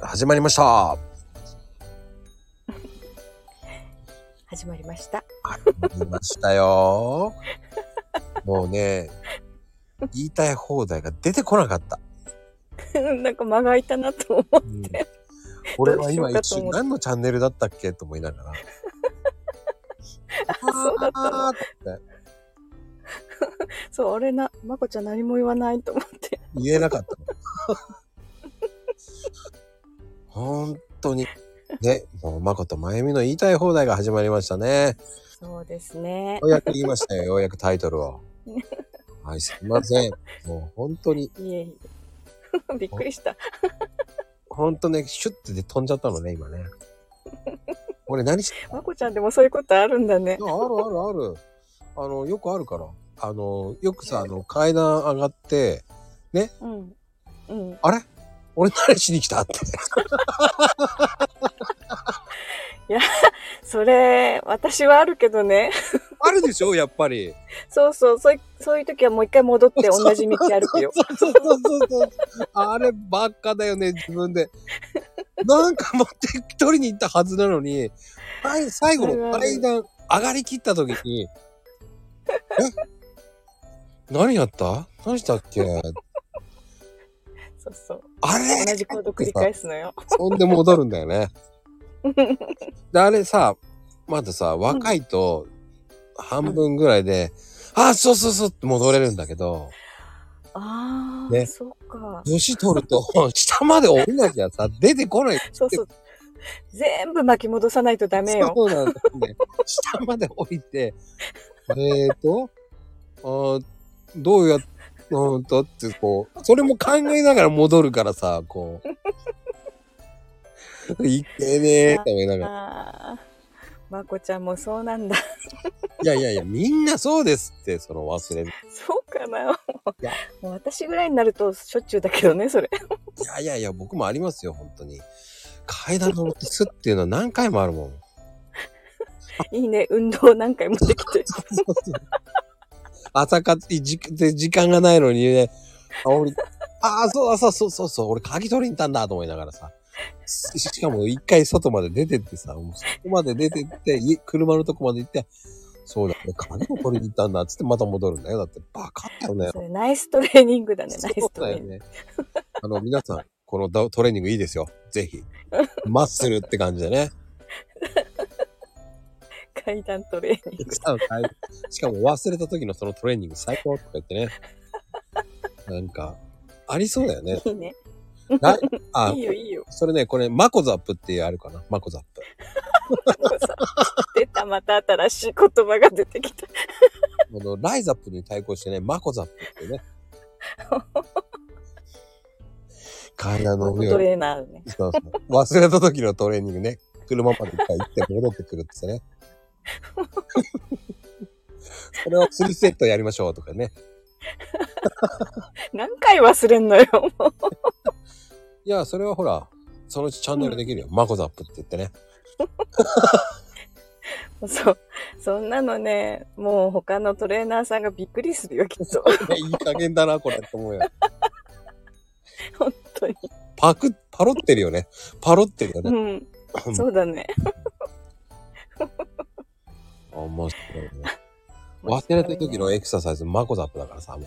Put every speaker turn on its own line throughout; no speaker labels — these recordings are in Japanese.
始まりました。
始まりました。
始まりましたよ。もうね、言いたい放題が出てこなかった。
なんか間が空いたなと思う。
うん俺は今
どう
一
しよう
瞬
かと思って
何のチャンネルだったっけと思いながら。
そうだったの
あーって
そう、あれな、まこちゃん何も言わないと思って。
言えなかったの。本当に。ね、もう、まことまゆみの言いたい放題が始まりましたね。
そうです
よ。
ね
うやく言いましたよ、ようやくタイトルを。はい、すいません。もう本当に、
いえいえ。 びっくりした。
本当ね、シュッてで飛んじゃったのね、今 ね。俺何して
まこちゃんでもそういうことあるんだね
い。やあるあるある。あの、よくあるから。あの、よくさ、あの、階段上がって、
うん。うん。
あれ俺何しに来たって。
それ、私はあるけどね。
あるでしょやっぱり。
そうそう、そういそういう時はもう一回戻って同じ道歩くよ。
そうそうそうそう。あればっかだよね、自分で。なんか持って取りに行ったはずなのに、はい最後の階段上がりきった時に、え何やった何したっけ
そうそう。
あれ
同じ行動繰り返すのよ。
そんで戻るんだよね。で、あれさ、まださ、若いと半分ぐらいで、あ、そうそうそうって戻れるんだけど、
ああ、
ね
そうか。
年取ると 下まで降りなきゃさ、出てこない。
そうそう。全部巻き戻さないとダメよ。
そうなんだよね。下まで降りて、えーと、あーどうやっ、うーんとってこう、それも考えながら戻るからさ、こう。いけねえって思いながら。
ああ。まこちゃんもそうなんだ。
いやいやいや、みんなそうですって、その忘れる。
そうかな。
や
もう私ぐらいになるとしょっちゅうだけどね、それ。
いやいやいや、僕もありますよ、本当に。階段登ってすっていうのは何回もあるもん。
いいね、運動何回もできて。
朝活じで時間がないのにね、あ、俺、ああ、そうそうそうそうそう、俺鍵取りに行ったんだと思いながらさ。ししかも一回外まで出てってさ、もうそこまで出てって、家車のとこまで行って、そうだ、俺鍵を取りに行ったんだっつってまた戻るんだよ。だってバカだよね。
それナイストレーニングだね、ナイストレーニング。
ね。あの、皆さん、このダトレーニングいいですよ。ぜひ。マッスルって感じでね。
階段トレーニング。
しかも忘れた時のそのトレーニング最高とか言ってね。なんか、ありそうだよね。
いいね。
なあ
いい、よ、いいよ。
それね、これ、マコザップっていうあるかな。マコザップ。
もうさ出た、また新しい言葉が出てきた。
このライザップに対抗してね、マコザップって ね。階段の上
ト
を
レーナーね。
そうそう忘れた時のトレーニングね。車まで一回行って戻ってくるって ね。それを3セットやりましょうとかね。
何回忘れんのよ、 もう。
いや、それはほら、そのうちチャンネルできるよ。マコザップって言って ね。
そう。そんなのね、もう他のトレーナーさんがびっくりするよ、きっと。
いい加減だな、これって思うよ。
本当に。
パク、パロってるよね。パロってるよね。
うん。そうだね。
面白いね。忘れた時のエクササイズ、マコザップだからさ、もう。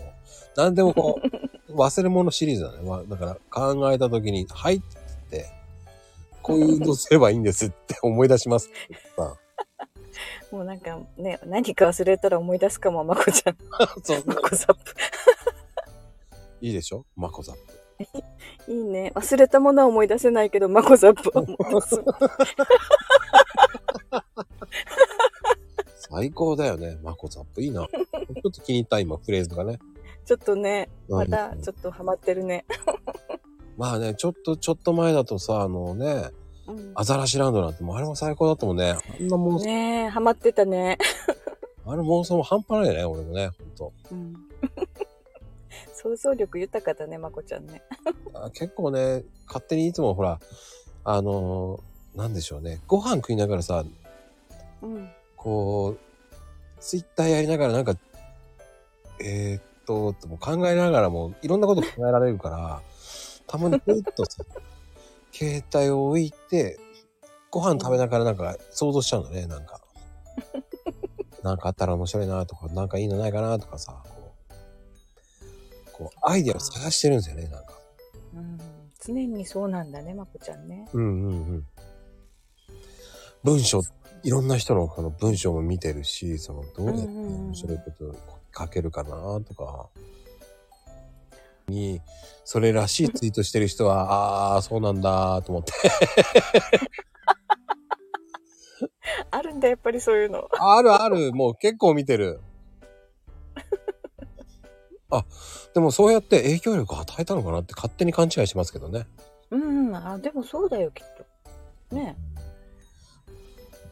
何でもこ う、忘れ物シリーズだね。まあだから、考えた時に、はいって言って、こういうのすればいいんですって 思い出しますって言ってさ。
もうなんかね、何か忘れたら思い出すかも、まこちゃん。
そう
まこさん
いいでしょマコザップ。
いいね。忘れたものは思い出せないけど、マコザップは思い出す。
最高だよね。マコザップ。いいな。ちょっと気に入った、今、フレーズがね。
ちょっとね、また
うん
ちょっとハマってるね。
まあね、ちょっと、ちょっと前だとさ、あのね、
うん
アザラシランドなんて、もうあれも最高だったもんね。あんな妄想、
ねえ、ハマってたね。
あの妄想も半端ないよね、俺もね、ほんと。
想像力豊かだね、まこちゃんね。
あ結構ね勝手にいつもほらあのーなんでしょうねご飯食いながらさ
うん。
こうツイッターやりながらなんかえー、っと ってもう考えながらもいろんなこと考えられるからたまにふっとさ携帯を置いて、ご飯食べながらなんか想像しちゃうんだね、なんか。なんかあったら面白いなとか、なんかいいのないかなとかさ、こう、こうアイデアを探してるんですよね、なんか。
うん、常にそうなんだね、まこちゃんね。
うんうんうん。文章、いろんな人のこの文章も見てるし、その、どうやって面白いことを書けるかなとか、に、それらしいツイートしてる人は、ああー、そうなんだと思って、
あるんだ、やっぱりそういうの。
あるある、もう結構見てる。あ、でもそうやって影響力を与えたのかなって勝手に勘違いしますけどね。
うん、あ、でもそうだよ、きっと。ね。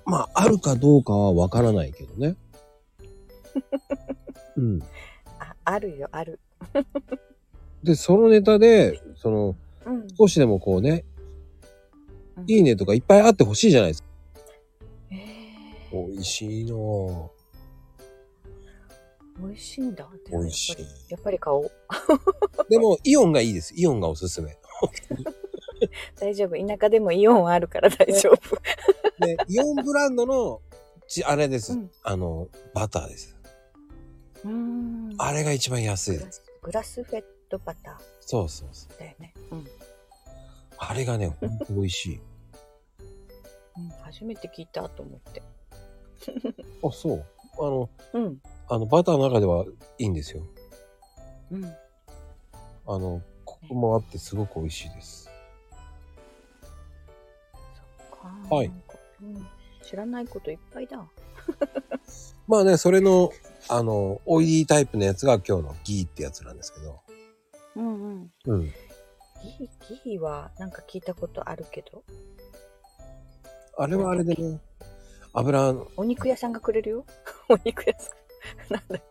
まあ、あるかどうかはわからないけど ね。うん。
あ、あるよ、ある。
で、そのネタで、その、
うん。
少しでもこうね、
うん
いいねとかいっぱいあってほしいじゃないですか。
え
美味しいの
ー、美味しいんだ。で
美
もやっぱり
味しい。
やっぱり顔、
でも、イオンがいいです。イオンがおすすめ。
大丈夫。田舎でもイオンはあるから大丈夫。
で、 イオンブランドの、ちあれです、
うん
あの、バターです。
うん。
あれが一番安いです。
グラスフェッドバタ
そうそうそう。
ーだよね。うん。
あれがね、ほんと美味しい。
うん、初めて聞いたと思って。
あ、そう。あの、
うん。
あの、バターの中ではいいんですよ。
うん。
あの、ここもあってすごく美味しいです。
そっか。
はい
なんか。うん知らないこといっぱいだ。
まあね、それの、あの、オイリータイプのやつが今日のギーってやつなんですけど。
うんうん。
うん。
ギー、ギーはなんか聞いたことあるけど、
あれはあれでね、油の、
お肉屋さんがくれるよ。 お肉屋さん。 なんだっ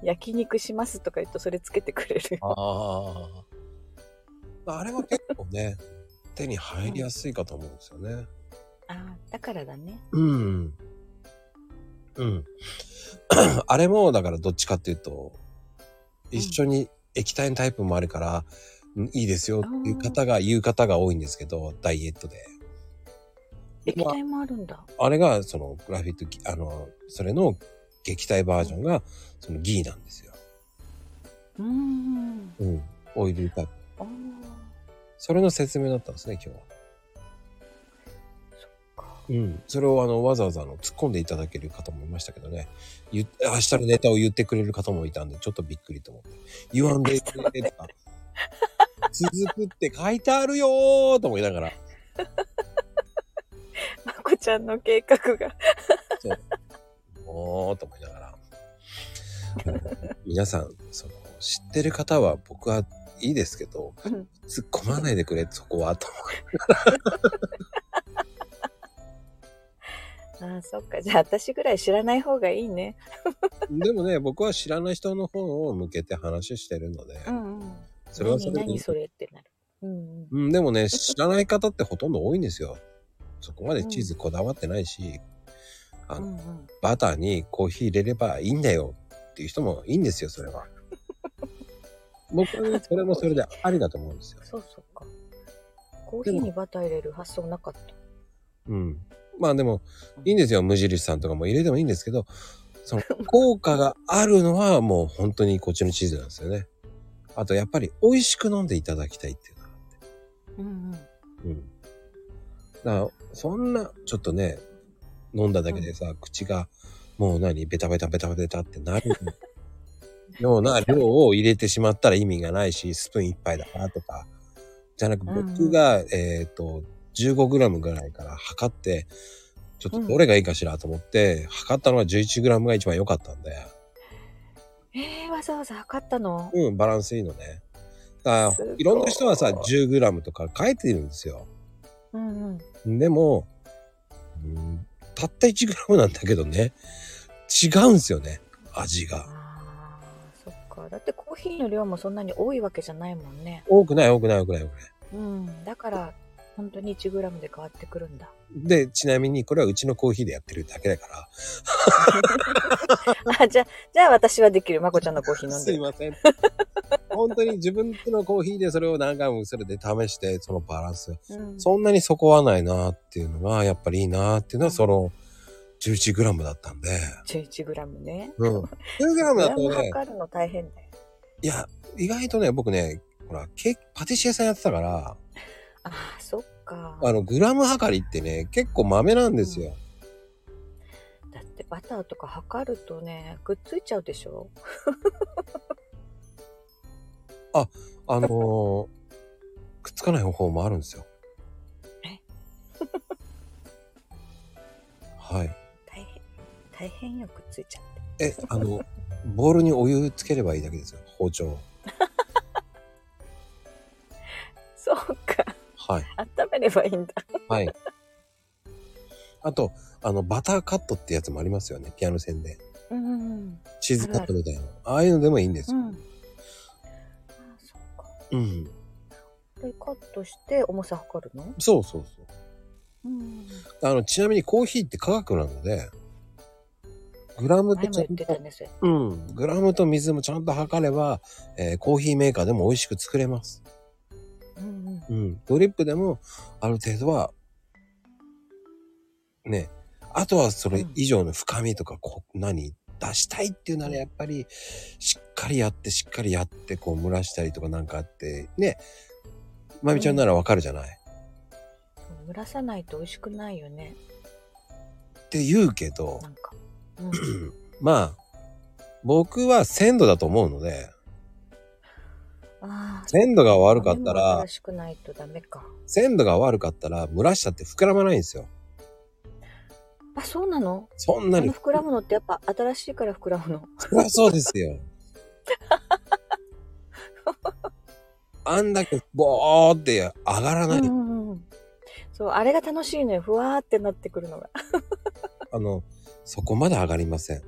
け。焼肉しますとか言うとそれつけてくれるよ。
ああ。あれは結構ね、手に入りやすいかと思うんですよね。
ああ、だからだね。
うん。うん。 あれも、だからどっちかっていうと、
うん
一緒に液体のタイプもあるから、うんいいですよっていう方が、言う方が多いんですけど、ダイエットで。
液体もあるんだ。
あれが、その、グラフィットギ、あの、それの撃退バージョンが、そのギーなんですよ。
うーん。
うん。オイルタイプ。
ああ、
それの説明だったんですね、今日は。
そっか。
うん。それを、あの、わざわざ、あの、突っ込んでいただける方もいましたけどね。言っ明日のネタを言ってくれる方もいたんで、ちょっとびっくりと思って。言わんでいくれと か。続くって書いてあるよーと思いながら。
まこちゃんの計画が。
おーと思いながら。うん皆さん、その、知ってる方は僕はいいですけど、
うん
突っ込まないでくれ、そこは、と。
ああ、そっか。じゃあ私ぐらい知らない方がいいね。
でもね、僕は知らない人の方を向けて話してるので、
うんうん。
それはそれ
何
で
何それってなる。うんうん。
うん、でもね、知らない方ってほとんど多いんですよ。そこまでチーズこだわってないし、あ
う
の
んうん。
バターにコーヒー入れればいいんだよっていう人もいいんですよ、それは。 僕はねそれもそれでありだと思うんですよ。
そうそっか。コーヒーにバター入れる発想なかった。
うん。まあでも、いいんですよ。無印さんとかも入れてもいいんですけど、その 効果があるのはもう本当にこっちのチーズなんですよね。あとやっぱり美味しく飲んでいただきたいっていうのがあ
うんうん。
って。うん。だから、そんな、ちょっとね、飲んだだけでさ、口がもう何、ベタベタベタベタって なるような量を入れてしまったら意味がないし、スプーン一杯だからとか、じゃなく
うんうん
僕が、えっ、と、15g ぐらいから測って、ちょっとどれがいいかしらと思って、測ったのは 11g が一番良かったんで、
えー、わざわざ測ったの
うん、バランスいいのね。だ
す
か
ご
ら
い
いろんな人はさ、10g とか書いてるんですよ。
うんうん。
でも、うん、たった 1g なんだけどね、違うんですよね、味が。
あーそっか。だってコーヒーの量もそんなに多いわけじゃないもんね。
多くない、多くない、多くない、多くない。
うん。だから、本当に 1g で変わってくるんだ。
で、ちなみにこれはうちのコーヒーでやってるだけだから、
あ、じゃあ、じゃあ私はできる。まこちゃんのコーヒー飲ん
す
で
い
る。
ません。 本当に自分のコーヒーでそれを何回もそれで試して、そのバランス。
うん
そんなに損はないなっていうのが、やっぱりいいなっていうのは、その 11g だったんで。
11g ね。
うん。10g だとね、
測るの大変だよ。
いや、意外とね、僕ね、ほら、ケーキパティシエさんやってたから、
ああ、そっか。
あの、グラム測りってね、結構豆なんですよ。
だってバターとか測るとね、くっついちゃうでしょ
あのーくっつかない方法もあるんですよ。
え
はい。
大変。大変よ、くっついちゃって。
え、あの、ボウルにお湯つければいいだけですよ、包丁。
そうか。
はい。
温めればいいんだ。
はい。 あと、あの、バターカットってやつもありますよね、ピアノ線で。
うん。
チーズカットみたいな。ああいうのでもいいんです
う
よ。
ん。ああ、そっか。
うん。
で、カットして重さ測るの
そうそうそう。
うん。
あの、ちなみにコーヒーって科学なので、グラム
前
と
も
ちゃ
言
ん
って
と
た、ね、それ。
うん、グラムと水もちゃんと測れば、えーコーヒーメーカーでも美味しく作れます。
うんうん。
うん、ドリップでもある程度は、ね、あとはそれ以上の深みとか、こう何出したいっていうならやっぱり、しっかりやって、しっかりやって、こう蒸らしたりとかなんかあって、ね、まみちゃんならわかるじゃない、
蒸らさないと美味しくないよね。
って言うけど、
なんか。うん。
まあ、僕は鮮度だと思うので、
ああ。
鮮度が悪かった
豆も
ら
新、しくないとダメか。
鮮度が悪かったら、蒸らしたって膨らまないんですよ。
あ、そうなの
そん
あ
なに
の。膨らむのってやっぱ新しいから膨らむの。
そりゃそうです よ。あんだけ、ボーって上がらない。
うんうんうん。そう、あれが楽しいのよ。ふわーってなってくるのが。
あの、そこまで上がりません。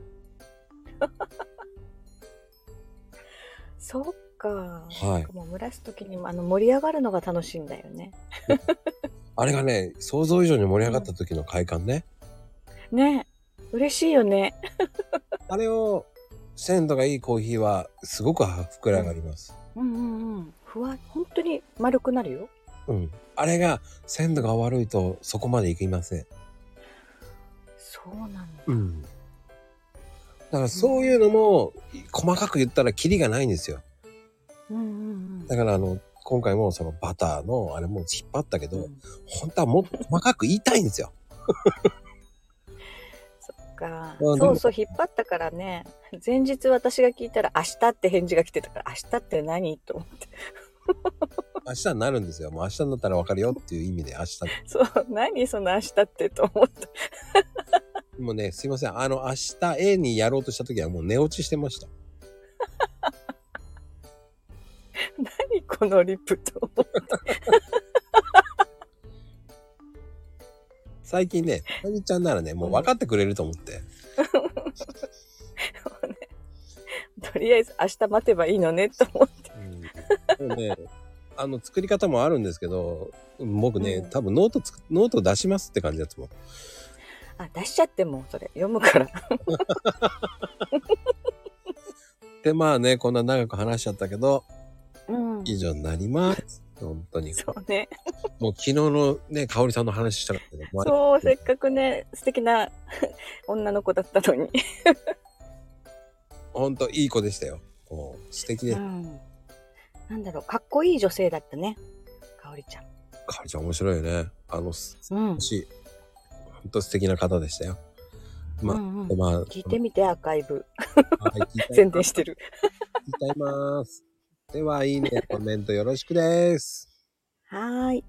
そっか。
はい
なんかもう蒸らすときにもあの盛り上がるのが楽しいんだよね。
あれがね、想像以上に盛り上がった時の快感ね。
ね嬉しいよね。
あれを、鮮度がいいコーヒーは、すごく膨ら上がります。
うんうんうん。ふわ、本当に丸くなるよ。
うん。あれが、鮮度が悪いと、そこまでいきません。
そうなんだ。
うん。だからそういうのも、細かく言ったらキリがないんですよ。
うんうんうん。
だからあの、今回もそのバターのあれも引っ張ったけど、
うん
本当はもっと細かく言いたいんですよ。
そっか。
うん
そうそう、引っ張ったからね。前日私が聞いたら明日って返事が来てたから、明日って何と思 って。
明日になるんですよ。もう明日になったらわかるよっていう意味で明日。
そう、何その明日ってと思った。
もうね、すいません。あの、明日 A にやろうとした時はもう寝落ちしてました。
何このリップと思って。
最近ね、まみちゃんならね、もう分かってくれると思って。
とりあえず明日待てばいいのねと思って。
うん。でもね、あの、作り方もあるんですけど、僕ね、
うん
多分ノートつく、ノート出しますって感じだと思う。
あ、出しちゃってもうそれ。読むから。
で、まあね、こんな長く話しちゃったけど、
うん。
以上になります。本当に。
そうね。
もう昨日のね、香織さんの話したかったけど、まあ
そう、せっかくね、素敵な 女の子だったのに。
本当いい子でしたよ。もう素敵で、
ん。なんだろう、かっこいい女性だったね。かおりちゃん。
香織ちゃん面白いよね。あの、す
うん
も。し、本当素敵な方でしたよ。まあ、
うんうん
でまあ、
聞いてみて、アーカイブ。
はい、聞いて
宣伝してる。
聞いちゃいます。では、いいね、コメントよろしくです。
はーい。